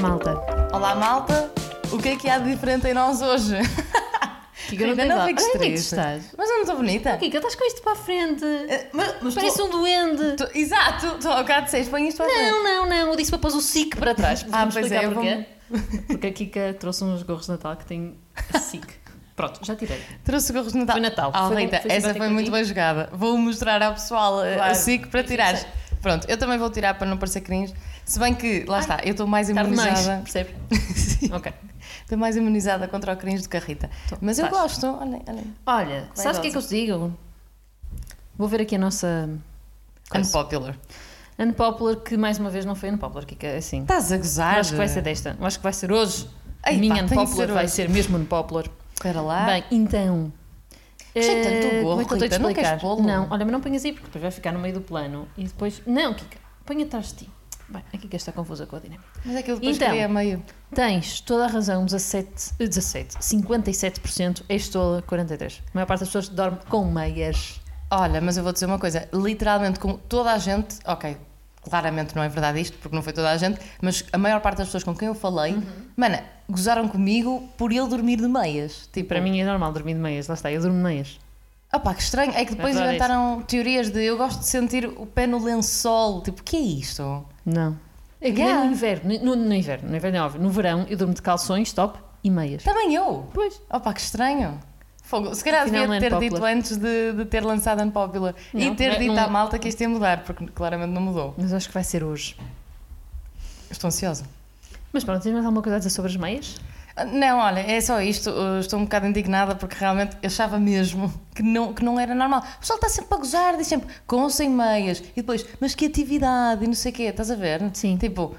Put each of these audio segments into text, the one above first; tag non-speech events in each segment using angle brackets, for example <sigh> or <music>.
malta. Olá, malta. O que é que há de diferente em nós hoje? Kika, não Ainda tem não lá- fiques Onde é que tu triste. estás? Mas eu não estou bonita. Kika, estás com isto para a frente. Eh, Mas, mas Parece tu- um duende. tu- Exato, estou ao cá de seis, põe isto à frente. Não, não, não. Eu disse para pôr o SIC para <laughs> trás. Ah, Vamos pois explicar é, eu porquê. Porque a Kika trouxe uns gorros de Natal que têm SIC. Pronto, já tirei. Trouxe gorros de Natal. Foi Natal. Ah, Foi bom- Rita, foi essa simpático foi muito aqui. bem jogada. Vou mostrar ao pessoal eh, Claro. assim que para tirares. Pronto, eu também vou tirar para não parecer cringe. Se bem que, lá está, eu estou mais Tarde demais, imunizada. <laughs> percebe? Sim, Ok. Estou mais imunizada contra o cringe do que a Rita. Mas eu estás. gosto, olhem, olhem. Olha, sabes o que é que eu te digo? Vou ver aqui a nossa coisa. Unpopular. Unpopular, que mais uma vez não foi Unpopular, Kika, assim. Estás a gozar? Acho que vai ser desta. Acho que vai ser hoje. Ei, A Minha pá, tem que Unpopular ser vai hoje. ser mesmo Unpopular. Espera lá. Bem, então. Gostei eh, tanto do bolo, como é que eu tenho de Rita, não queres explicar? bolo? Não, olha, mas não ponhas aí porque depois vai ficar no meio do plano e depois. Não, Kika, põe atrás de ti. Bem, a Kika está confusa com a dinâmica. Mas é que eu depois Então. queria meio. Tens toda a razão, 17, eh, 17 57%, és tola, 43%. A maior parte das pessoas dorme com meias. Olha, mas eu vou dizer uma coisa, literalmente com toda a gente, ok, claramente não é verdade isto, porque não foi toda a gente, mas a maior parte das pessoas com quem eu falei, Uhum. mana, gozaram comigo por ele dormir de meias. Tipo, Para mim é normal dormir de meias, lá está, eu durmo de meias. opá, que estranho. É que depois Adoro inventaram teorias de eu gosto de sentir o pé no lençol. Tipo, que é isto? Não. É que Yeah. nem no inverno, no, no inverno, no inverno é óbvio. No verão eu durmo de calções, top e meias. Também eu. Pois. Opá, que estranho. Fogo. Se calhar Afinal, devia não é ter dito unpopular. antes de, de ter lançado Unpopular e Não, ter não é- dito não- à malta que isto ia mudar, porque claramente não mudou. Mas acho que vai ser hoje. Estou ansiosa. Mas pronto, tens mais alguma coisa a dizer sobre as meias? Não, olha, é só isto. Uh, Estou um bocado indignada porque realmente eu achava mesmo que não, que não era normal. O pessoal está sempre a gozar, diz sempre com ou sem meias e depois, mas que atividade e não sei o quê, estás a ver? Sim. Tipo,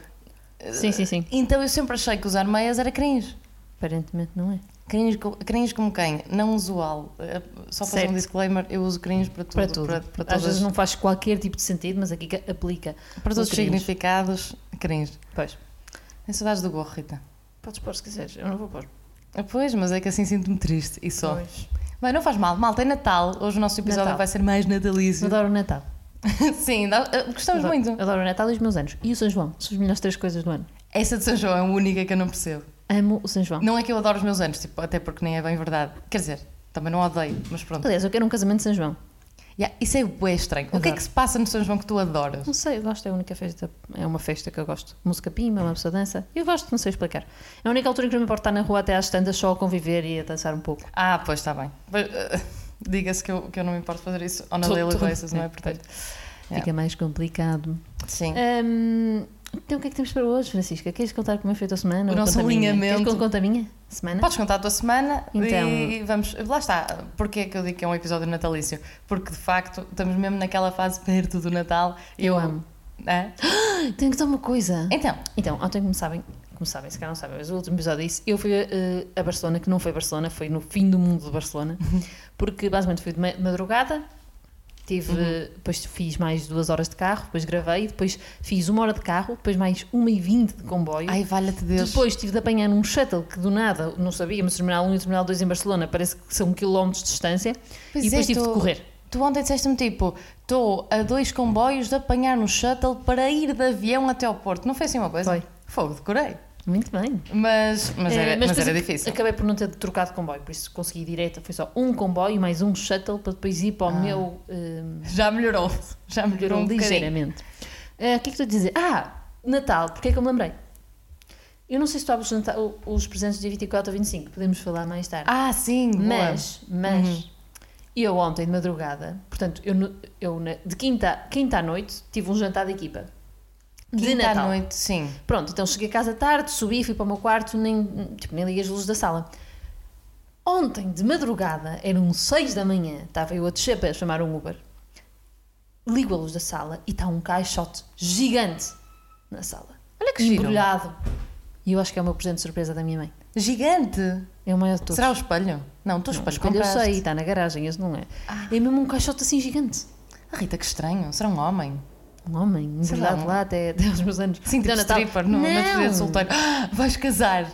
Sim, sim, sim. então eu sempre achei que usar meias era cringe. Aparentemente não é. Cringe, co- cringe como quem? Não usual. Uh, Só fazer Certo. um disclaimer, eu uso cringe para tudo. Para tudo. Para, para Às vezes todas, não faz qualquer tipo de sentido, mas aqui que aplica. para todos o os cringe. significados, cringe. Pois. Tem saudades do gorro, Rita. Podes pôr se quiseres, eu não vou pôr. Ah, Pois, mas é que assim sinto-me triste e só. Pois. Bem, não faz mal. Malta, é Natal. Hoje o nosso episódio Natal. vai ser mais natalício. Adoro o Natal. <laughs> Sim, nós, uh, gostamos adoro, muito. Adoro o Natal e os meus anos. E o São João. São as melhores três coisas do ano. Essa de São João é a única que eu não percebo. Amo o São João. Não é que eu adoro os meus anos, tipo, até porque nem é bem verdade. Quer dizer, também não odeio, mas pronto. Aliás, eu quero um casamento de São João. Yeah, isso é bué estranho. O que é Adoro. que se passa no São João que tu adoras? Não sei, eu gosto, é a única festa, é uma festa que eu gosto. Música pima, uma pessoa dança. Eu gosto, não sei explicar. É a única altura em que não me importo estar na rua até às tantas só a conviver e a dançar um pouco. Ah, pois está bem. Pois, eh, <laughs> Diga-se que eu, que eu não me importo fazer isso on a Tu- daily tu- basis, não é? Eh, é, Portanto, Yeah. Fica mais complicado. sim. Hum, então o que é que temos para hoje, Francisca? Queres contar como é feita a semana? O Ou nosso conta a minha? alinhamento. Queres que eu conte a minha semana? Podes contar a tua semana Então. e, e vamos. Lá está. Porquê é que eu digo que é um episódio natalício? Porque de facto estamos mesmo naquela fase perto do Natal. e Eu amo. É? <gasps> Tenho que dar uma coisa. Então, Então, ontem, como sabem, como sabem, se calhar não sabem, mas o último episódio disse, eu fui eh, a Barcelona, que não foi Barcelona, foi no fim do mundo de <laughs> Barcelona, porque basicamente fui de ma- madrugada, tive, depois fiz mais duas horas de carro, depois gravei, depois fiz uma hora de carro, depois mais uma e vinte de comboio. ai, valha-te Deus. Depois tive de apanhar um shuttle que do nada não sabíamos, terminal 1 e terminal 2 em Barcelona, parece que são quilómetros de distância, Pois e depois tipo, tive é, tu- de correr. Tu ontem disseste-me tipo, estou a dois comboios de apanhar no shuttle para ir de avião até ao Porto. Não foi assim uma coisa? Foi. Fogo, decorei. Muito bem. Mas, mas Eh, era, mas depois era ac- difícil. Acabei por não ter trocado de comboio, por isso consegui direto. Foi só um comboio mais um shuttle para depois ir para Ah. o meu. ehm, Já melhorou. Já melhorou um bocadinho. ligeiramente. Eh, o que é que estou a dizer? Ah, Natal, porque é que eu me lembrei? Eu não sei se tu abres o Natal- o- os presentes de 24 ou 25, podemos falar mais tarde. Ah, sim, boa. mas, mas, Uhum. eu ontem de madrugada, portanto, eu, no- eu na- de quinta, quinta à noite tive um jantar de equipa. de Quinta à Natal. noite, sim. Pronto, então cheguei a casa tarde, subi, fui para o meu quarto, nem, tipo, nem liguei as luzes da sala. Ontem, de madrugada, eram 6 da manhã, estava eu a descer para chamar um Uber. Ligo a luz da sala e está um caixote gigante na sala. Olha que giro. Embrulhado. E eu acho que é o meu presente de surpresa da minha mãe. Gigante. É o maior de todos. Será o espelho? Não, tu Não, espelho, eu compraste. sei, está na garagem, esse não é. É mesmo um caixote assim gigante. Ah, Rita, que estranho. Será um homem? Um homem, Sei lá, embrulhado um- lá até, até aos meus anos. Sim, tipo Até ao Natal. stripper no, na despedida de Não, solteiro. <gasps> Ah, vais casar.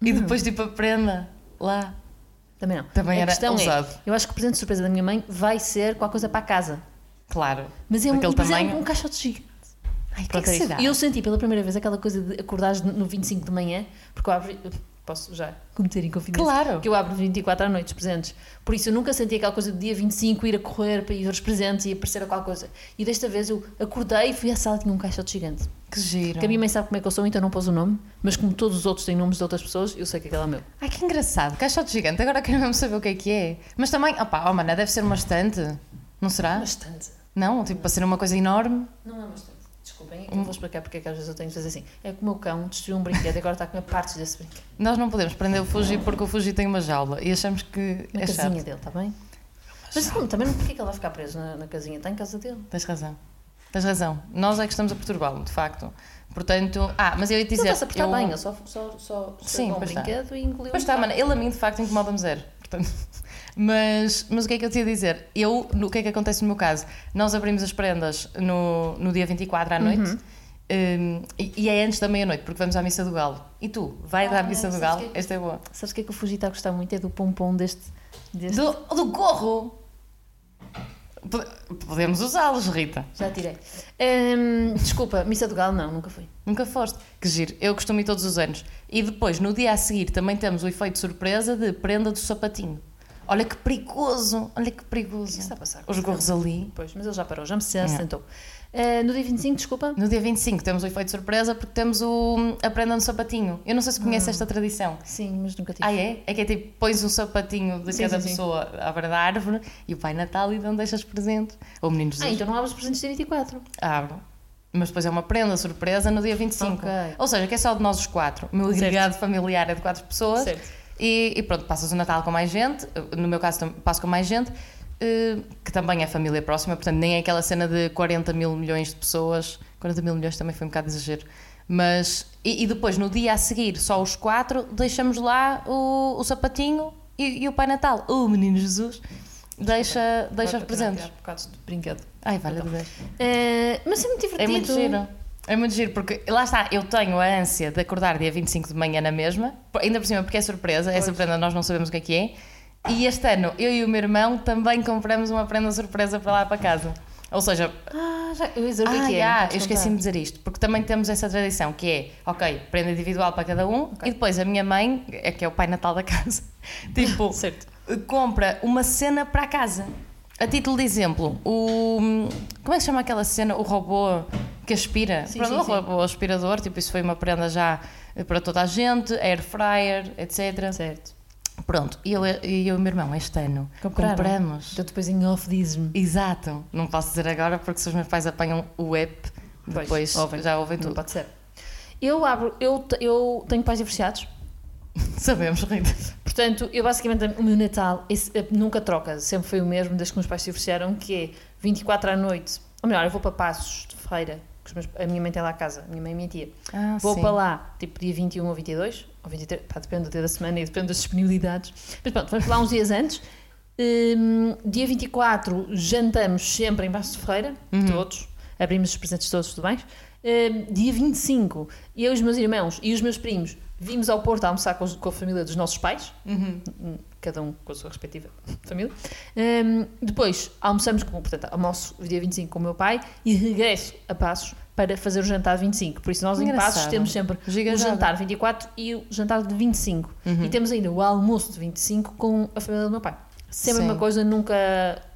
E depois tipo a prenda lá. Também não. Também a era questão ousado. é, eu acho que o presente de surpresa da minha mãe vai ser qualquer coisa para a casa. Claro. Mas é um, Daquele mas é tamanho. um, um caixote gigante. Ai, o que é Pronto, que é isso. será? E eu senti pela primeira vez aquela coisa de acordares no 25 de manhã, porque eu abro. Posso já cometer inconfidência? Claro. Que eu abro 24 à noite os presentes. Por isso eu nunca senti aquela coisa do dia 25 ir a correr para ir ver os presentes e aparecer alguma coisa. E desta vez eu acordei, fui à sala e tinha um caixote gigante. Que giro. Que a minha mãe sabe como é que eu sou, então não pôs o nome, mas como todos os outros têm nomes de outras pessoas, eu sei que aquele é o meu. Ai, que engraçado. Caixote gigante. Agora quero mesmo saber o que é que é. Mas também, opá, oh, mana, deve ser uma estante. Não será? é Bastante. Não? Tipo, para ser uma coisa enorme. Não é bastante. Desculpem, é que eu vou explicar porque é que às vezes eu tenho de fazer assim. É que o meu cão destruiu um brinquedo e agora está a comer partes desse brinquedo. Nós não podemos prender o Fuji porque o Fuji tem uma jaula e achamos que Na é casinha chato. dele, está bem? Mas não, também não porque é que ele vai ficar preso na, na casinha? Está em casa dele. Tens razão. Tens razão. Nós é que estamos a perturbá-lo, de facto. Portanto, ah, mas eu ia Ele dizer. está-se a portar eu- bem, ele só, só, só Sim, pegou um pois está. brinquedo e engoliu Pois um está, bocado. mano, ele a mim de facto incomoda-me zero. Portanto, <laughs> mas, mas o que é que eu te ia dizer? Eu, no, o que é que acontece no meu caso? Nós abrimos as prendas no, no dia 24 à noite Uhum. hum, e, e é antes da meia-noite, porque vamos à missa do Galo. E tu, vais Ah, à missa do sabes Galo? que- Esta é boa. Sabes o que é que o Fuji está a gostar muito? É do pompom deste. deste. Do, do gorro! Pode- Podemos usá-los, Rita. Já tirei. Hum, desculpa, Missa do Galo, não, nunca fui. Nunca foste. Que giro. Eu costumo ir todos os anos. E depois, no dia a seguir, também temos o efeito surpresa de prenda do sapatinho. Olha que perigoso! Olha que perigoso. que está a passar? Os gorros ali. Pois, mas ele já parou, já me se Não. sentou. Eh, no dia 25, desculpa. No dia 25 temos o efeito surpresa porque temos o, a prenda no sapatinho. Eu não sei se conhece esta tradição. Ah. Sim, mas nunca tive. Ah, é? É que é tipo, pões um sapatinho de Sim, cada sim, sim. pessoa à beira da árvore e o Pai Natal e não deixas presente. Ou o Menino Jesus. Ah, então não abres os presentes dia 24. Abro. Mas depois é uma prenda surpresa no dia 25. Ok. Ou seja, que é só de nós os quatro. O meu Certo. agregado familiar é de quatro pessoas. Certo. E, e pronto, passas o Natal com mais gente. No meu caso, tam- passo com mais gente. eh, Que também é família próxima. Portanto, nem é aquela cena de 40 mil milhões de pessoas. 40 mil milhões também foi um bocado de exagero. Mas, e, e depois, no dia a seguir, só os quatro, deixamos lá o, o sapatinho e, e o Pai Natal. O Menino Jesus deixa, deixa os Agora estou a presentes. tirar bocados de brinquedo. Ai, vale a Então. Deus. Eh, mas é muito divertido. É muito giro. É muito giro, porque lá está, eu tenho a ânsia de acordar dia 25 de manhã na mesma, por- ainda por cima porque é surpresa, é surpresa, nós não sabemos o que é que é. E este ano, eu e o meu irmão também compramos uma prenda surpresa para lá para casa. Ou seja, Ah, já, eu ia dizer o ah, que é que é. já, não podes eu esqueci-me contar. de dizer isto, porque também temos essa tradição que é, ok, prenda individual para cada um, e depois a minha mãe, é que é o pai natal da casa, <laughs> tipo, Certo. compra uma cena para a casa. A título de exemplo, o. Como é que se chama aquela cena? O robô que aspira. Sim, Pronto, sim, o sim. robô aspirador, tipo, isso foi uma prenda já eh, para toda a gente, air fryer, etc. Certo. Pronto, e eu e eu e o meu irmão, este ano, Compraram? compramos. Então depois em off diz-me. Exato, não posso dizer agora porque se os meus pais apanham o app, Pois, depois ouvem. já ouvem Não tudo. pode ser. Eu abro, eu, te- eu tenho pais divorciados, Sabemos, Rita. portanto, eu basicamente o meu Natal esse, eh, nunca troca, sempre foi o mesmo desde que os meus pais se divorciaram, que é 24 à noite, ou melhor, eu vou para Passos de Ferreira, que os meus- a minha mãe tem lá a casa, a minha mãe e a minha tia. Ah, Vou sim. para lá, tipo dia 21 ou 22, ou 23, pá, depende do dia da semana e depende das disponibilidades. Mas pronto, vamos lá uns dias antes. Hum, dia 24 jantamos sempre em Baixo de Ferreira, Uhum. todos. Abrimos os presentes todos, tudo bem. Hum, dia 25, eu e os meus irmãos e os meus primos vimos ao Porto almoçar com, os- com a família dos nossos pais. Hum, Cada um com a sua respectiva <laughs> família. Hum, depois almoçamos, com, portanto, almoço dia 25 com o meu pai e regresso a Passos para fazer o jantar de 25. Por isso nós em Engraçado. Passos temos sempre Giga o jada. jantar 24 e o jantar de 25. Uhum. E temos ainda o almoço de 25 com a família do meu pai. Sempre a Sim. mesma coisa, nunca.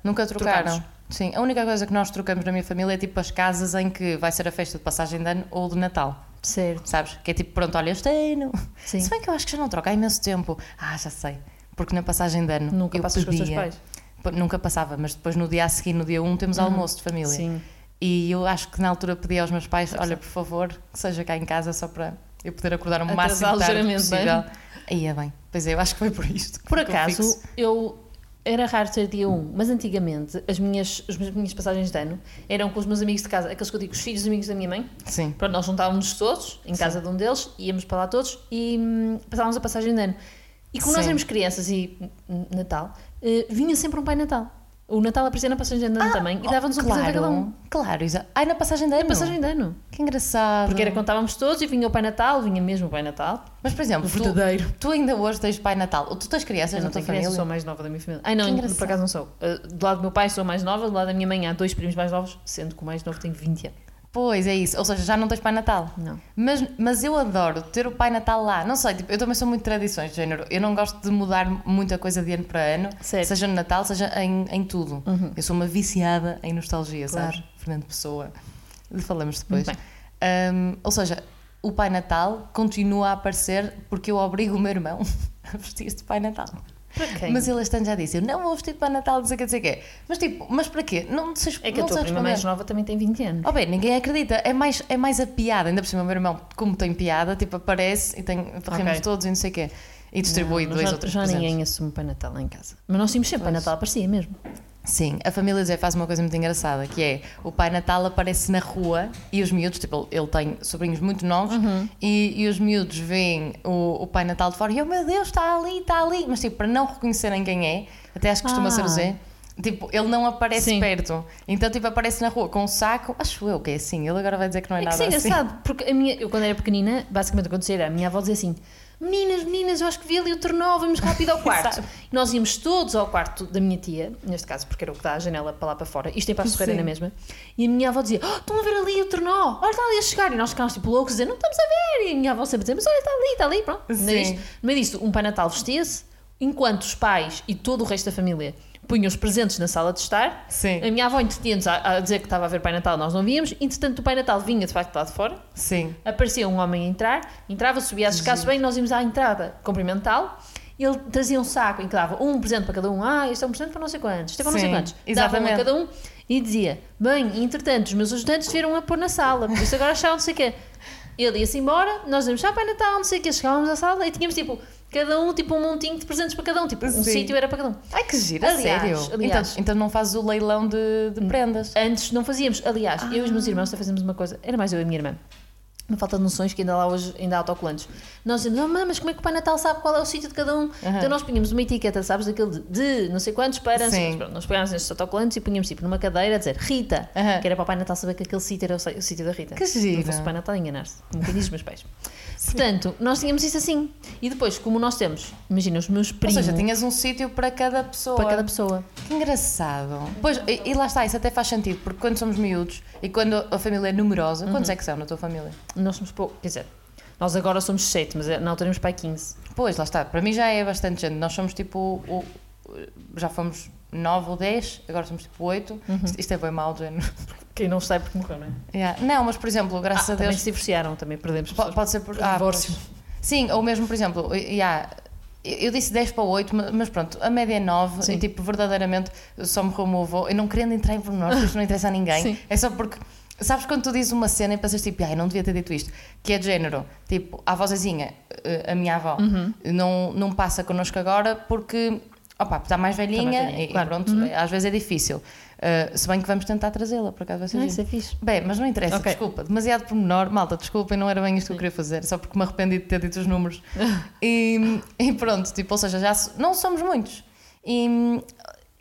Nunca trocaram. Trocámos. Sim, a única coisa que nós trocamos na minha família é tipo as casas em que vai ser a festa de passagem de ano ou de Natal, Certo. sabes? Que é tipo, pronto, olha, este ano. Sim. Se bem que eu acho que já não troco há imenso tempo. Ah, já sei. Porque na passagem de ano Nunca eu passas com os teus pedia- pais. Uhum. P- Nunca passava, mas depois no dia a seguir, no dia 1, temos almoço de família. Sim. E eu acho que na altura pedi aos meus pais: olha, por favor, que seja cá em casa só para eu poder acordar o máximo Atrasá-lo tarde ligeiramente, possível. não é? Aí é bem. Pois é, eu acho que foi por isto. que Por ficou acaso, fixo. eu. Era raro ter dia 1, mas antigamente as minhas, as minhas passagens de ano eram com os meus amigos de casa, aqueles que eu digo, os filhos dos amigos da minha mãe. Sim. Pronto, nós juntávamos todos em casa de um deles, íamos para lá todos e hum, passávamos a passagem de ano. E como nós Sim. éramos crianças e hum, Natal, eh, vinha sempre um Pai Natal. O Natal aparecia na passagem de ano também e dava-nos um presente a cada um. Ah, oh, Claro, claro. exa- Ai, na passagem de ano. Passagem de ano. Que engraçado. Porque era contávamos todos e vinha o Pai Natal, vinha mesmo o Pai Natal. Mas, por exemplo, tu, tu ainda hoje tens pai natal. Ou tu tens crianças Eu na não tua tenho criança, família? sou a mais nova da minha família. Ai não, Que por acaso não sou. Eh, do lado do meu pai sou a mais nova, do lado da minha mãe há dois primos mais novos, sendo que o mais novo tem 20 anos. Pois é isso, ou seja, já não tens Pai Natal. Não. Mas, mas eu adoro ter o Pai Natal lá. Não sei, tipo, eu também sou muito de tradições de género. Eu não gosto de mudar muita coisa de ano para ano, Certo. seja no Natal, seja em, em tudo. Uhum. Eu sou uma viciada em nostalgia, Claro. sabes? Fernando Pessoa. Falamos depois. Muito bem. Ahm, ou seja, o Pai Natal continua a aparecer porque eu obrigo o meu irmão <laughs> a vestir-se de Pai Natal. Para quem? Mas ele este ano já disse: Eu não vou vestir de Pai Natal, não sei o que, não sei o que. Mas tipo, mas para quê? Não sei É que não a tua sei prima responder. mais nova também tem 20 anos. Oh bem, ninguém acredita. É mais, é mais a piada. Ainda por cima, o meu irmão, como tem piada, tipo, aparece e tem rimos Ok. todos e não sei o quê. E distribui Não, dois já, ou três Já presentes. ninguém assume Pai Natal lá em casa. Mas nós tínhamos sempre Pai Pois. Natal, parecia mesmo. Sim, a família Zé faz uma coisa muito engraçada, que é o Pai Natal aparece na rua e os miúdos, tipo, ele ele tem sobrinhos muito novos Uhum. e, e os miúdos veem o, o Pai Natal de fora e, oh meu Deus, está ali, está ali. Mas, tipo, para não reconhecerem quem é, até acho que costuma Ah. ser o Zé. Tipo, ele não aparece Sim. perto. Então, tipo, aparece na rua com um saco. Acho eu que é assim. Ele agora vai dizer que não é, É que nada isso é assim. engraçado, porque a minha, eu quando era pequenina, basicamente o que acontecia era a minha avó dizia assim: Meninas, meninas, eu acho que vi ali o Ternó, vamos rápido <laughs> ao quarto. Exato. e nós íamos todos ao quarto da minha tia, neste caso, porque era o que dá a janela para lá para fora, isto tem para a Ferreira Sim. na mesma. E a minha avó dizia: oh, Estão a ver ali o Ternó, olha, está ali a chegar. E nós ficámos tipo loucos, dizendo: Não estamos a ver. E a minha avó sempre dizia: Mas olha, está ali, está ali, pronto. Sim. Não é isto? No meio disto, um Pai Natal vestia-se, enquanto os pais e todo o resto da família punham os presentes na sala de estar. Sim. A minha avó entretinha-nos a, a dizer que estava a ver Pai Natal, nós não víamos. Entretanto, o Pai Natal vinha de facto lá de fora. Sim. Aparecia um homem a entrar, entrava, subia as escadas, bem, nós íamos à entrada cumprimentá-lo. e Ele trazia um saco em que dava um presente para cada um. Ah, este é um presente para não sei quantos, este é para não Sim, sei quantos. Dava um exatamente. a cada um e dizia: Bem, entretanto, os meus ajudantes viram a pôr na sala, por isso agora acharam não sei o quê. Ele ia-se embora, nós dizemos: Ah, Pai Natal, não sei o quê. Chegávamos à sala e tínhamos tipo, cada um, tipo um montinho de presentes para cada um, tipo, Sim. um sítio era para cada um. Ai que giro, a Aliás, sério. aliás. Então, então não fazes o leilão de, de prendas. Antes não fazíamos. Aliás, eu e os Ah. meus irmãos só fazíamos uma coisa. Era mais eu e a minha irmã. Uma falta de noções que ainda lá hoje ainda há autocolantes. Nós dizemos, oh, mãe, mas como é que o Pai Natal sabe qual é o sítio de cada um? Então nós punhamos uma etiqueta, sabes, daquele de, de não sei quantos para. não sei Sim. quantos. Pronto, nós pegámos nestes autocolantes e punhamos tipo numa cadeira a dizer Rita, Aham. que era para o Pai Natal saber que aquele sítio era o, si- o sítio da Rita. Que giro. Não fosse o Pai Natal enganar-se, como quem diz os meus pais. Portanto, nós tínhamos isso assim. E depois, como nós temos, imagina, os meus Ou primos seja, tinhas um sítio para cada pessoa. para cada pessoa. Que engraçado. Pois, e, e lá está, isso até faz sentido, porque quando somos miúdos e quando a família é numerosa, quantos é que são na tua família? Nós somos pouco, quer dizer, nós agora somos 7, mas eh, na altura éramos pai 15. Pois, lá está, para mim já é bastante gente. Nós somos tipo. o- o- já fomos 9 ou 10, agora somos tipo 8. Isto, isto é bem mau, de género. Quem não sai porque morreu, não é? <laughs> Yeah. Não, mas por exemplo, graças a Ah, Também Deus. se divorciaram, também perdemos Po- pessoas. Pode ser por ah, Por divórcio. pois. Sim, ou mesmo, por exemplo, e- e há- eu eu disse 10 para 8, ma- mas pronto, a média é 9 Sim. e tipo, verdadeiramente só me removo. Eu não querendo entrar em pormenores, porque isto não interessa a ninguém. Sim. É só porque. Sabes quando tu dizes uma cena e pensas tipo, ai, não devia ter dito isto, que é de género, tipo, a vozinha, a minha avó, Uhum. não, não passa connosco agora porque, opa, está mais velhinha, velhinha, e, e claro. Uhum. pronto, às vezes é difícil. Uh, se bem que vamos tentar trazê-la, por acaso vai ser Não, giro. isso é fixe. Bem, mas não interessa, Ok. desculpa, demasiado pormenor, malta, desculpem, não era bem isto que eu queria fazer, só porque me arrependi de ter dito os números. e, e pronto, tipo, ou seja, já so- não somos muitos. E,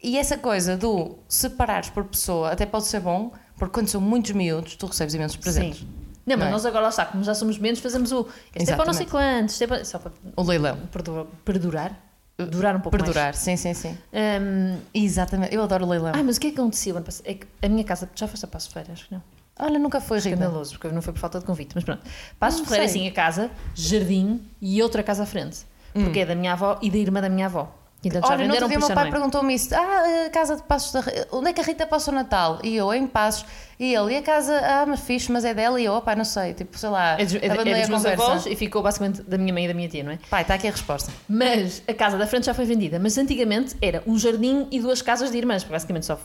e essa coisa do separares por pessoa até pode ser bom, porque quando são muitos miúdos, tu recebes imensos presentes. Sim. Não, mas Não é? nós agora lá está, como já somos menos, fazemos o. Este é para não sei Exatamente. quantos, este é para. Só para O leilão. perdu- perdurar? Durar um pouco mais. Uh, Perdurar, sim, sim, sim. Hum, Exatamente, eu adoro o leilão. ai, mas o que é que aconteceu ano passado? É que a minha casa. Já foste a Passo Ferreira? Acho que não. Olha, nunca foi Rita. Escandaloso, porque não foi por falta de convite, mas pronto. Passo Não Ferreira, sei. assim, a casa, jardim e outra casa à frente. Porque é da minha avó e da irmã da minha avó. Então já Hum. Olha, no venderam outro dia por o meu isso já pai não é. perguntou-me isso. Ah, a casa de Passos da Ri- Onde é que a Rita passa o Natal? E eu, em Passos. E ele, e a casa? Ah, mas fixe, mas é dela. E eu, opá, não sei. Tipo, sei lá, É, dos- é, é abandonei dos a meus conversa. avós e ficou basicamente da minha mãe e da minha tia, não é? Pai, está aqui a resposta. Mas a casa da frente já foi vendida. Mas antigamente era um jardim e duas casas de irmãs, porque basicamente só,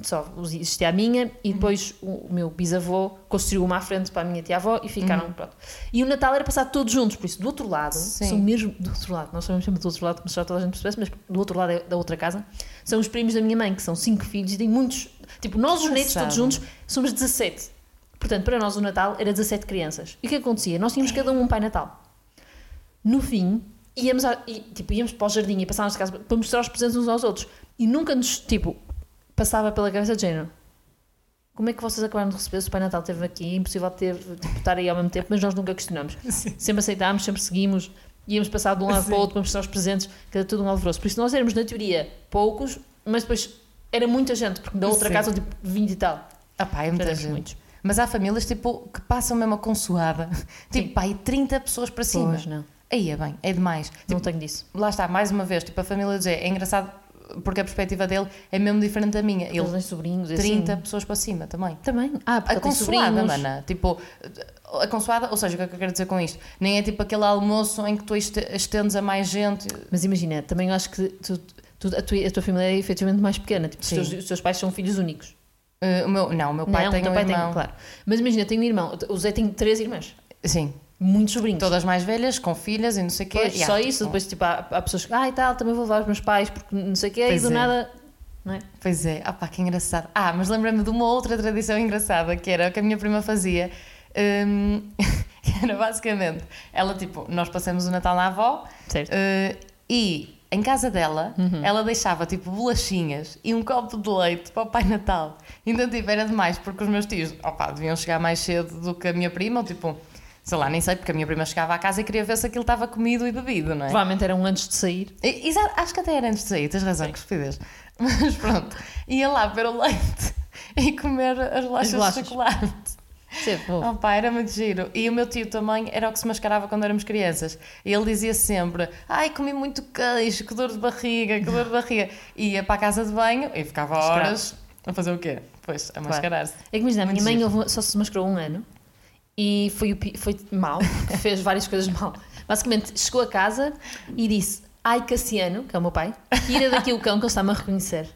só existia a minha e depois o, o meu bisavô construiu uma à frente para a minha tia-avó e ficaram, pronto. E o Natal era passado todos juntos, por isso do outro lado, Sim. são mesmo do outro lado, nós sabemos sempre do outro lado, como se já toda a gente percebesse, mas do outro lado é da outra casa, são os primos da minha mãe, que são cinco filhos e têm muitos, tipo, nós os netos todos juntos Engraçado. somos 17. Portanto, para nós o Natal era 17 crianças. E o que acontecia? Nós tínhamos cada um um Pai Natal no fim, íamos, a, e, tipo, íamos para o jardim e passávamos de casa para mostrar os presentes uns aos outros. E nunca nos, tipo, passava pela cabeça de género. Como é que vocês acabaram de receber se o Pai Natal esteve aqui? É impossível ter, tipo, estar aí ao mesmo tempo, mas nós nunca questionamos. <laughs> Sempre aceitámos, sempre seguimos, íamos passar de um lado Sim. para o outro para mostrar os presentes, que era tudo um alvoroço. Por isso nós éramos, na teoria, poucos, mas depois era muita gente, porque da outra Sim. casa, tipo, 20 e tal. Ah, pá, é Já muita éramos gente. muitos. Mas há famílias tipo, que passam mesmo a consoada. Tipo, pá, aí 30 pessoas para cima. Pois, não. Aí é bem, é demais. Não tenho disso. Lá está, mais uma vez, tipo, a família do Zé é engraçado porque a perspectiva dele é mesmo diferente da minha. Eles Ele, têm sobrinhos, e 30 assim. pessoas para cima também. Também. Ah, porque A ele tem consoada, sobrinhos. mana. Tipo, a consoada, ou seja, o que é que eu quero dizer com isto? Nem é tipo aquele almoço em que tu este- estendes a mais gente. Mas imagina, também acho que tu- tu- a, tua, a tua família é efetivamente mais pequena. Tipo, os Sim. teus, os teus pais são filhos únicos. Eh, o meu, não, o meu pai não, o tem teu um pai irmão. tem, claro. Mas imagina, eu tenho um irmão. O Zé tem três irmãs. Sim, Muitos sobrinhos. todas mais velhas, com filhas e não sei o quê. Pois, Yeah. Só isso. Depois, tipo, há, há pessoas que, ah, e tal, também vou levar os meus pais porque não sei o quê. Pois e do é. nada... Não é? Pois é, ah pá, que engraçado. Ah, mas lembrei-me de uma outra tradição engraçada que era o que a minha prima fazia. Hum, <laughs> que era basicamente, ela tipo, nós passamos o Natal na avó Certo. eh, e em casa dela ela deixava tipo bolachinhas e um copo de leite para o Pai Natal. Então tipo, era demais porque os meus tios, opá, deviam chegar mais cedo do que a minha prima, ou tipo, sei lá, nem sei, porque a minha prima chegava à casa e queria ver se aquilo estava comido e bebido, não é? Provavelmente eram antes de sair. E- Exato, acho que até era antes de sair, tens razão, que estupidez. <laughs> Mas pronto, ia lá ver o leite <laughs> e comer as bolachas, As bolachas. de chocolate. Sim, vou. Oh pá, era muito giro. E o meu tio também era o que se mascarava quando éramos crianças. E ele dizia sempre: Ai, comi muito queijo, que dor de barriga, que dor de barriga. E ia para a casa de banho e ficava Mascarado. horas a fazer o quê? Pois, a mascarar-se. É que imagina, a minha Muito mãe giro. houve- só se mascarou um ano e foi, o pi- foi mal, <laughs> porque fez várias coisas mal. Basicamente, chegou a casa e disse: Ai, Cassiano, que é o meu pai, tira daqui o cão que ele está-me a reconhecer.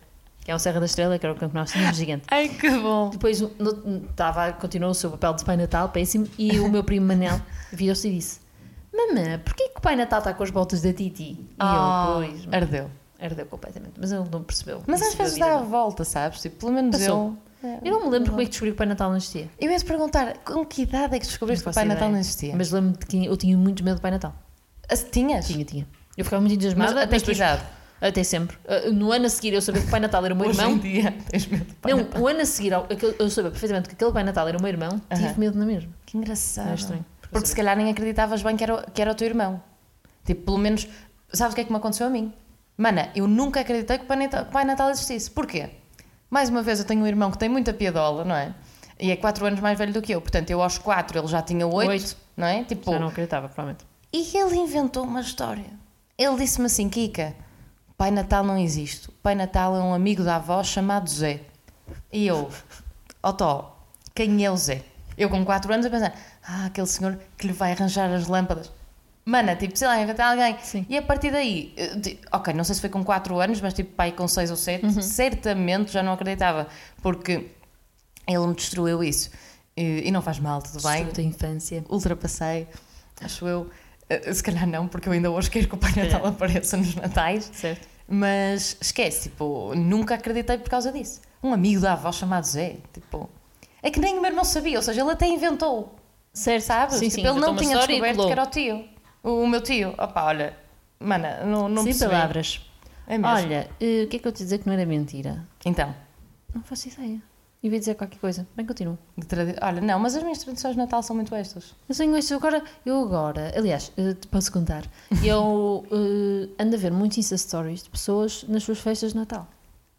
Que é o Serra da Estrela, que era o cão que nós tínhamos gigante. Ai, que bom! Depois no- no- tava, continuou o seu papel de Pai Natal, péssimo, e o meu primo <laughs> Manel virou-se e disse: Mamã, porquê que o Pai Natal está com as botas da Titi? E Ah, eu, pois, ardeu. ardeu completamente, mas ele não percebeu. Mas Não às percebeu vezes a vida dá a dele. volta, sabes? Tipo, pelo menos Passou. eu. É. Eu não me lembro como é que descobri que o Pai Natal não existia. Eu ia te perguntar, com que idade é que descobriste que o faço Pai Natal ideia. não existia? Mas lembro-me de que eu tinha muito medo do Pai Natal. Ah, se tinhas? Tinha, tinha. Eu ficava muito Mas entusiasmada. até mas que depois- idade? até sempre. Ah, No ano a seguir eu sabia que o Pai Natal era o meu Hoje em irmão. dia tens medo do Pai Não, Natal. o ano a seguir ao- aquele- eu sabia perfeitamente que aquele Pai Natal era o meu irmão, Aham. tive medo na mesma. Que engraçado. Era é estranho. Porque se calhar nem acreditavas bem que era, o- que era o teu irmão. Tipo, pelo menos, sabes o que é que me aconteceu a mim? Mana, eu nunca acreditei que o Pai Natal, que o Pai Natal existisse. Porquê? Mais uma vez, eu tenho um irmão que tem muita piadola, não é? E é 4 anos mais velho do que eu. Portanto, eu aos 4 ele já tinha 8, Oito. não é? Tipo, Já não acreditava, provavelmente. E ele inventou uma história. Ele disse-me assim: Kika, Pai Natal não existe. O Pai Natal é um amigo da avó chamado Zé. E eu, Otó, quem é o Zé? Eu, com 4 anos, a pensar: Ah, aquele senhor que lhe vai arranjar as lâmpadas. Mana, tipo, sei lá, inventar alguém. Sim. E a partir daí, eu di- ok, não sei se foi com 4 anos, mas tipo, pai com 6 ou 7, certamente já não acreditava, porque ele me destruiu isso. E, e não faz mal, tudo bem Estudo da infância. ultrapassei, acho eu. Eh, Se calhar não, porque eu ainda hoje quero que o Pai É. Natal apareça nos Natais. Certo. Mas esquece, tipo, nunca acreditei por causa disso. Um amigo da avó chamado Zé, tipo. É que nem o meu irmão sabia, ou seja, ele até inventou. Certo, Sabes? Sim, Tipo, sim, ele inventou não uma tinha história e descoberto colou. que era o tio. O, o meu tio. Opa, olha, mana, não, não Sem percebi. palavras. É mesmo. Olha, eh, o que é que eu te dizer que não era mentira? Então, Não faço ideia. E vou dizer qualquer coisa. Bem, continuo. de tradi- olha, não, mas as minhas tradições de Natal são muito estas. Eu tenho isso agora, eu agora, aliás, eh, te posso contar, <laughs> eu eh, ando a ver muitos Insta Stories de pessoas nas suas festas de Natal.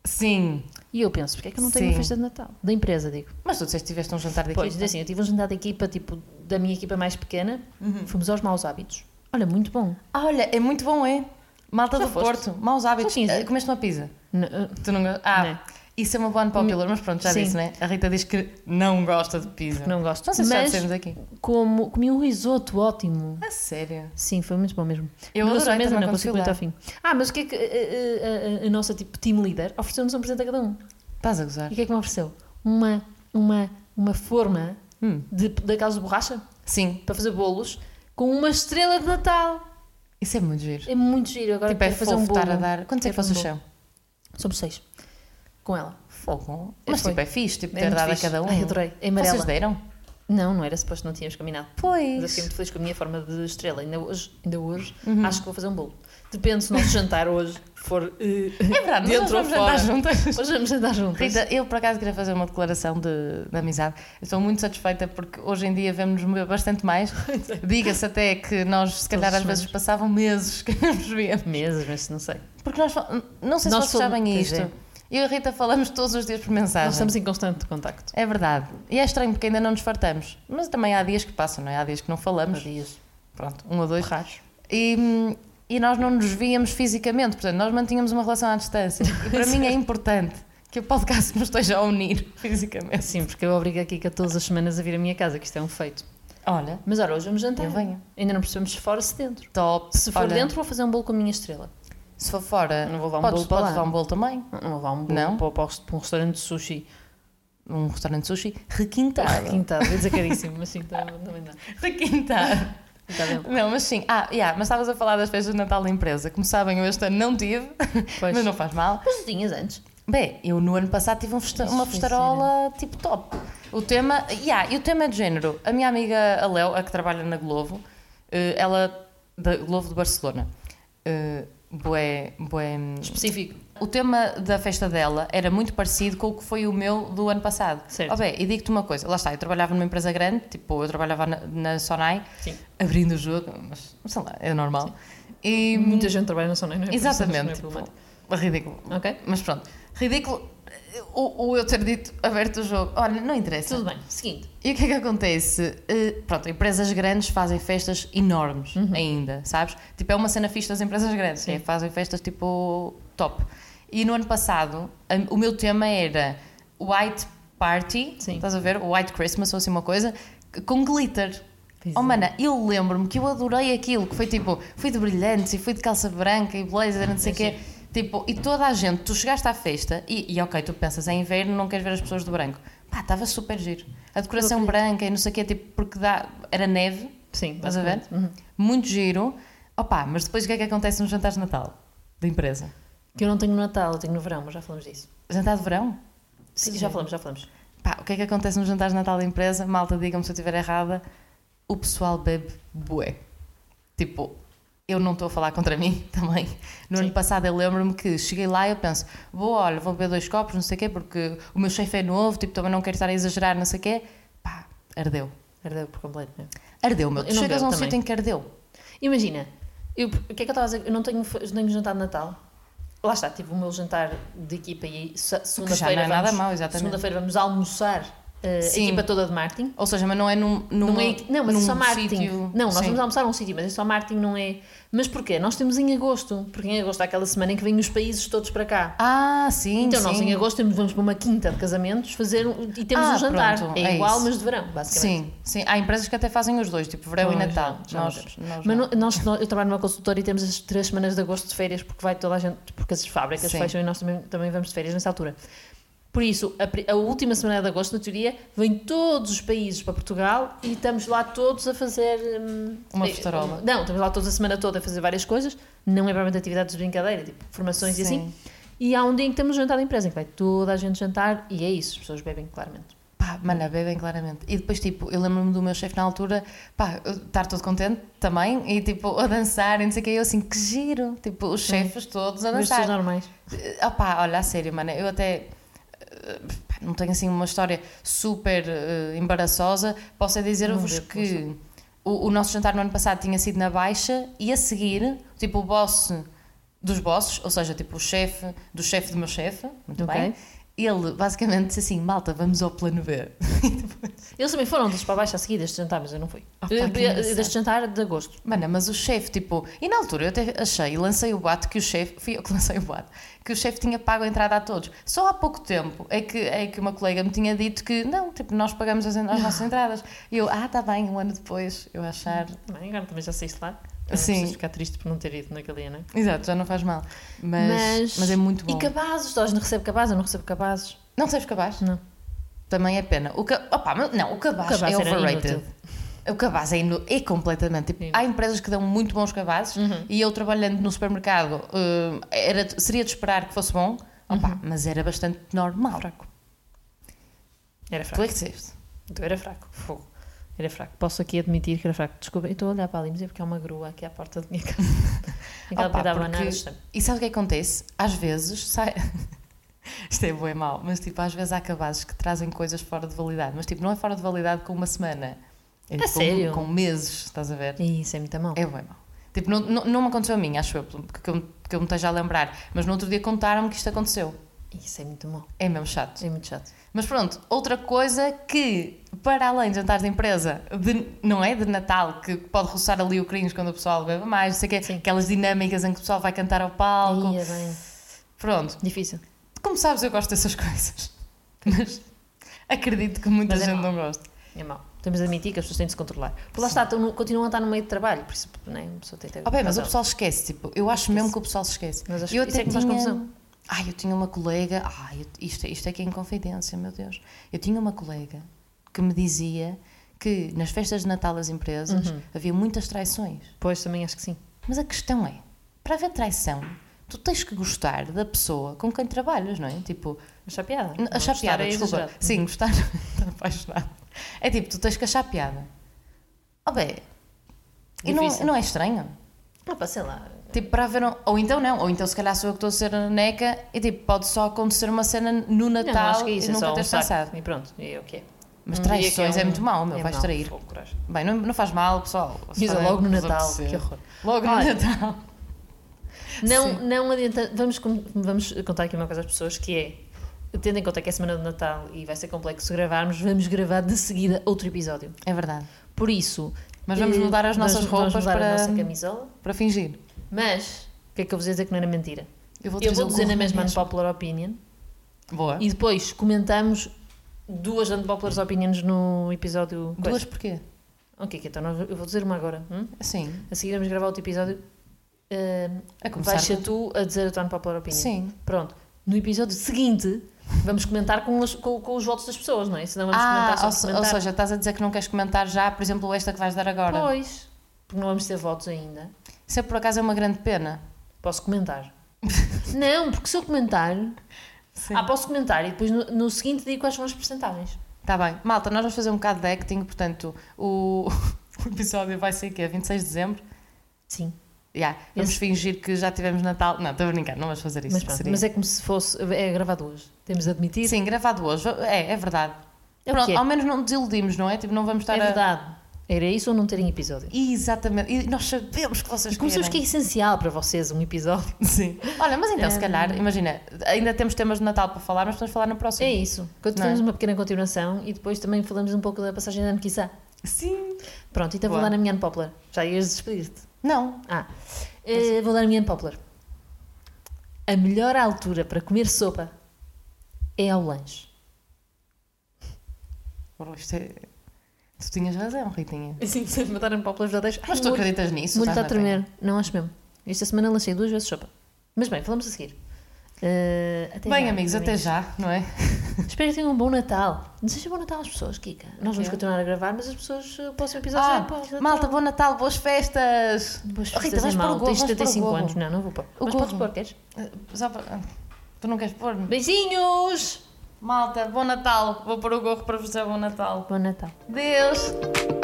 Sim. E eu penso, porque é que eu não tenho Sim. uma festa de Natal? Da empresa, digo. Mas tu disseste que tiveste um jantar daqui. Pois, assim, eu tive um jantar de equipa, tipo, da minha equipa mais pequena, Uhum. fomos aos maus hábitos. Olha, muito bom. Olha, é muito bom, é? Malta Já do foste? Porto, maus hábitos. Já tinhas Ah, ido? comeste uma pisa? N- eh, Tu não gostas? Ah, Não. Hum, isso é uma boa popular, mas pronto, já Sim. disse, né? A Rita diz que não gosta de pisa. não gosto. Não sei se já Mas dissemos aqui. como, comi um risoto ótimo. A sério? Sim, foi muito bom mesmo. Eu Não adorei sobremesa, também não quando consegui fui aguentar lá. ao fim. Ah, mas o que é que eh, eh, a, a- a nossa tipo, team leader ofereceu-nos um presente a cada um? Estás a gozar? E o que é que me ofereceu? Uma, uma, uma forma Hum. de, daquelas de borracha Sim, para fazer bolos com uma estrela de Natal. isso é muito giro. É muito giro. Agora tipo, é quero fazer fofo um bolo. estar a dar. Quantos é Quero que fosse o fazer um chão? bolo. Somos seis. Com ela. Fogo. É, Mas foi. tipo, é fixe, tipo, É ter muito dado a fixe. cada um. Ai, adorei. É amarela. Vocês deram? assim, Não, não era suposto, não tínhamos combinado. Mas eu fiquei Pois. muito feliz com a minha forma de estrela. Ainda hoje, ainda hoje Uhum. acho que vou fazer um bolo. Depende se o nosso <laughs> jantar hoje for eh, <laughs> É verdade, mas nós dentro ou vamos jantar fora. juntas. Hoje vamos jantar juntas. Rita, eu por acaso queria fazer uma declaração de, de amizade. Eu Estou muito satisfeita porque hoje em dia vemos-nos bastante mais. Diga-se até que nós, se calhar, Todas as às vezes passavam meses <laughs> que não nos víamos. Meses, mas não sei. Porque nós, fal- não sei Nós se vocês sabem somos- isto. pois é. Eu e a Rita falamos todos os dias por mensagem. Nós estamos em constante contacto. É verdade. E é estranho porque ainda não nos fartamos. Mas também há dias que passam, não é? Há dias que não falamos. dias. Pronto, um ou dois. Raros. E, e nós não nos víamos fisicamente, portanto, nós mantínhamos uma relação à distância. E para mim é importante que o podcast nos esteja a unir <laughs> fisicamente. Sim, porque eu obrigo aqui que a todas as semanas a vir à minha casa, que isto é um feito. Olha, Mas ora, hoje vamos jantar. eu venho. Ainda não percebemos se fora se dentro. Top. Se for Olha, dentro, vou fazer um bolo com a minha estrela. Se for fora, Não vou levar um podes, bolo para lá. podes levar um bolo também. Não, não vou levar um bolo Não? Para, para o rest- para um restaurante de sushi. Um restaurante de sushi Tá, requintado. Requintado, ia dizer caríssimo, mas sim, também também dá. é requintado. Está <laughs> bem. Não, mas sim. Ah, yeah, mas estavas a falar das festas de Natal da empresa. Como sabem, eu este ano não tive, Pois. mas não faz mal. Mas tinhas antes. Bem, eu no ano passado tive um festa- Isso uma foi festarola tipo top. O tema, yeah, e o tema é de género. A minha amiga a Léo, a que trabalha na Glovo, eh, ela da Glovo de Barcelona. eh, bué, bué, hum, Específico. o tema da festa dela era muito parecido com o que foi o meu do ano passado. Certo. Oh, bem, e digo-te uma coisa, lá está, eu trabalhava numa empresa grande, tipo, eu trabalhava na, na Sonai, Sim. abrindo o jogo, mas sei lá, é normal. E, hum, Muita gente trabalha na Sony, não é? Por isso não é exatamente, tipo, problemático. ridículo. Ok? Mas pronto, ridículo o, o eu ter dito aberto o jogo. Olha, não interessa. Tudo bem. Seguinte. E o que é que acontece? Eh, pronto, empresas grandes fazem festas enormes ainda, sabes? Tipo, é uma cena fixe das empresas grandes, Uhum. Sim. é, fazem festas tipo top. E no ano passado, a- o meu tema era White Party, Sim. estás a ver? White Christmas ou assim uma coisa, c- com glitter. Pois Oh, é. mana, eu lembro-me que eu adorei aquilo, que foi tipo, fui de brilhantes e fui de calça branca e blazer, não sei o Sim, quê. Tipo, e toda a gente, tu chegaste à festa e, e ok, tu pensas, é inverno, não queres ver as pessoas de branco. Pá, estava super giro. A decoração branca e não sei o quê, tipo, porque dá, era neve, Sim. Estás a ver? basicamente. Uhum. muito giro. Opa, mas depois o que é que acontece nos jantares de Natal? Da empresa. Que eu não tenho no Natal, eu tenho no verão, mas já falamos disso. Jantar de verão? Sim, Sim. já falamos, já falamos. Pá, o que é que acontece nos jantares de Natal da empresa? Malta, digam-me se eu estiver errada. O pessoal bebe bué. Tipo, eu não estou a falar contra <laughs> mim também. No Sim. ano passado eu lembro-me que cheguei lá e eu penso, vou, olha, vou beber dois copos, não sei o quê, porque o meu chefe é novo, tipo, também não quero estar a exagerar, não sei o quê. Pá, ardeu. Perdeu por completo é? mesmo. Ardeu, meu. Eu Tu não chegas bebo a um também. sítio em que ardeu. Imagina, eu- o que é que eu estava a dizer? Eu não tenho, não tenho jantar de Natal. Lá está, tive o meu jantar de equipa e se- Que já não segunda-feira é nada vamos- mau, exatamente. segunda-feira vamos almoçar eh, a Sim. equipa toda de Martin. Ou seja, mas não é num. Não numa- é, não, mas é num só Martin. sítio- Não, nós Sim. vamos almoçar a um sítio, mas é só Martin, não é. Mas porquê? Nós temos em agosto, porque em agosto é aquela semana em que vêm os países todos para cá. Ah, sim. Então nós sim. em agosto temos, vamos para uma quinta de casamentos fazer um- e temos Ah, um jantar. pronto, é é igual, isso. mas de verão, basicamente. Sim, sim. Há empresas que até fazem os dois, tipo verão e Nós Natal. não, já não Nós- temos. nós Mas não. no- nós, nós- eu trabalho numa consultora e temos as três semanas de agosto de férias porque vai toda a gente, porque as fábricas Sim. fecham e nós também, também vamos de férias nessa altura. Por isso, a, pri- a última semana de agosto, na teoria, vêm todos os países para Portugal e estamos lá todos a fazer. hum, Uma eh, festarola. Não, estamos lá todos a semana toda a fazer várias coisas, não é provavelmente atividades de brincadeira, tipo formações e assim. Sim. E há um dia em que temos jantar da empresa, em que vai toda a gente jantar e é isso, as pessoas bebem claramente. Pá, mana, bebem é claramente. E depois, tipo, eu lembro-me do meu chefe na altura, pá, eu estar todo contente também e, tipo, a dançar e não sei o que. Eu assim, que giro. Tipo, os chefes todos a Mas pessoas dançar. normais. Eh, Opá, olha, a sério, mano, eu até eh, pá, não tenho assim uma história super eh, embaraçosa. Posso é dizer-vos Não deu, que o, o nosso jantar no ano passado tinha sido na Baixa e a seguir, tipo, o boss dos bosses, ou seja, tipo, o chefe do chefe do meu chefe, muito Ok. bem, ele basicamente disse assim: malta, vamos ao plano B. Eles também foram todos para baixo a seguir deste jantar, mas eu não fui. Ah, pá, Eh, que eh, engraçado. deste jantar de agosto. Mano, mas o chefe, tipo, e na altura eu até achei, e lancei o boato que o chefe, fui eu que lancei o boato, que o chefe tinha pago a entrada a todos. Só há pouco tempo é que, é que uma colega me tinha dito que não, tipo, nós pagamos as, en- as nossas entradas. E eu, ah, tá bem, um ano depois, eu achar. Bem, agora também já saíste lá. Sim. Sim. ficar triste por não ter ido naquele dia, não é? Exato, já não faz mal. Mas, mas... é muito bom. E cabazes, nós não recebe cabazes, eu não recebo cabazes. Não recebes cabaz? Não. Também é pena. O ca... Opa, mas não, o cabaz, O cabaz é era overrated. inútil. O cabaz é, inu... é completamente. tipo, Inútil. Uhum. há empresas que dão muito bons cabazes e eu trabalhando no supermercado hum, era... seria de esperar que fosse bom, opa, mas era bastante normal. Uhum. Fraco. Era Tu fraco. é que disseste. Tu era fraco. Fogo. Era fraco. Posso aqui admitir que era fraco. Desculpa, eu estou a olhar para ali, mas é porque há uma grua aqui à porta da minha casa. <laughs> Aquela Opa, que dá porque- banana. E sabe o que acontece? Às vezes sai. <laughs> Isto é bom e mau, mas tipo, às vezes há cabazes que trazem coisas fora de validade, mas tipo, não é fora de validade com uma semana. É, com, sério? com meses, estás a ver? E isso é muito mal. É bem mau. Tipo, não, não, não me aconteceu a mim, acho eu, que, que eu, que eu me esteja a lembrar. Mas no outro dia contaram-me que isto aconteceu. Isso é muito mau. É mesmo chato. É muito chato. Mas pronto, outra coisa que, para além de jantares de empresa, de- não é? De Natal, que pode roçar ali o cringe quando o pessoal bebe mais, não sei o quê, Sim. aquelas dinâmicas em que o pessoal vai cantar ao palco. Aí é bem Pronto, difícil. como sabes, eu gosto dessas <laughs> coisas. Mas acredito que muita Mas é gente mau. não gosta. É mau. Temos de admitir que as pessoas têm de se controlar. Porque lá está, estão no- continuam a estar no meio de trabalho, por isso, né? Uma pessoa tem de ter Ah, bem, mas o razão. pessoal esquece, tipo, eu acho mesmo que o pessoal se esquece. Mas acho eu que isso é que faz confusão. Ai, eu tinha uma colega, ai, eu- isto, isto aqui é em confidência, meu Deus. Eu tinha uma colega que me dizia que nas festas de Natal das empresas Uhum. havia muitas traições. Pois, também acho que sim. Mas a questão é, para haver traição, tu tens que gostar da pessoa com quem trabalhas, não é? Tipo, Achar piada. n- Não achar gostar piada, é desculpa. exagerado. Sim, gostar, <laughs> estar apaixonado. É tipo, tu tens que achar piada. Oh, bem, e não, Difícil. não é estranho? Ah, pá, sei lá. Tipo, para haver um... Ou então não, ou então se calhar sou eu que estou a ser neca e tipo, pode só acontecer uma cena no Natal não, acho que é isso. e É nunca só um teres saco. pensado. E pronto, e é o que é. Mas Um dia que traições é, um- muito mau, meu, vais mau. trair. Fogo, coragem. Bem, não, não faz mal, pessoal. Se Diz fazem logo no o que vos Natal, apetecer. que horror. Logo Olha. no Natal. Não, não adianta. Vamos, com- vamos contar aqui uma coisa às pessoas que é. Tendo em conta que é semana de Natal e vai ser complexo gravarmos, vamos gravar de seguida outro episódio. <laughs> É verdade. Por isso. Mas vamos eh, mudar as nossas vamos- roupas vamos mudar para- a nossa camisola. Para fingir. Mas, o que é que eu vos ia dizer que não era mentira? eu trazer Ah? vou o dizer na gorro mesma mesmo. Unpopular Opinion Boa. e depois comentamos duas Unpopular Opinions no episódio. Duas porquê? Assim, Ok, que então nós- eu vou dizer uma agora. hum? Sim. A seguir vamos gravar outro episódio. Ahm, A começar vais ser com- tu a dizer a tua unpopular opinion. Sim. Pronto. No episódio seguinte, vamos comentar com os, com- com os votos das pessoas, não é? Senão vamos Ah, comentar só ou, por se- ou comentar. seja, estás a dizer que não queres comentar já, por exemplo, esta que vais dar agora. Pois, porque não vamos ter votos ainda. Isso é por acaso é uma grande pena. Posso <laughs> comentar? não, porque se eu comentar. Sim. Ah, posso comentar e depois no, no seguinte digo quais são as percentagens. Tá bem. Malta, nós vamos fazer um bocado de acting, portanto, o, <laughs> o episódio vai ser o quê? 26 de dezembro? Sim. Já. Vamos Esse- fingir que já tivemos Natal. Não, estou a brincar, não vamos fazer isso. mas, pronto, seria- mas é como se fosse. É gravado hoje. Temos de admitir. Sim, gravado hoje. É, é verdade. É o Pronto, que é. ao menos não desiludimos, não é? Tipo, não vamos estar É a... verdade. Era isso ou não terem episódio? Exatamente. E nós sabemos que vocês Como sabemos que é querem. essencial para vocês um episódio. <laughs> Sim. Olha, mas É então, se calhar, imagina, ainda temos temas de Natal para falar, mas podemos falar no próximo. É isso. Fazemos uma pequena continuação e depois também falamos um pouco da passagem de ano, quiçá. Sim. Pronto, então vou Boa. dar a minha unpopular. Já ias despedir-te. Não. Ah, eh, vou dar a minha unpopular. A melhor altura para comer sopa é ao lanche. Bom, isto é- Tu tinhas razão, Ritinha. Assim, se me dar unpopular já deixo. Mas tu acreditas nisso? Muito estás está a na penha. tremer. Não acho mesmo. Esta semana lancei duas vezes sopa. Mas bem, falamos a seguir. Eh, até Bem, já, amigos, até já, não é? Espero que tenham um bom Natal. Deseja bom Natal às pessoas, Kika. Nós vamos Ok. continuar a gravar, mas as pessoas, eh, o próximo episódio já é Ah, pós Natal. malta, bom Natal, boas festas! Boas Oh, Rita, festas vais em pôr o mal. gorro, Tens vais pôr o 75 gorro. anos. Não, é? não vou pôr. O Mas gorro. podes pôr, queres? Ah, Só para... Tu não queres pôr? Beijinhos! Malta, bom Natal! Vou pôr o gorro para vos dar bom Natal. Bom Natal. Deus!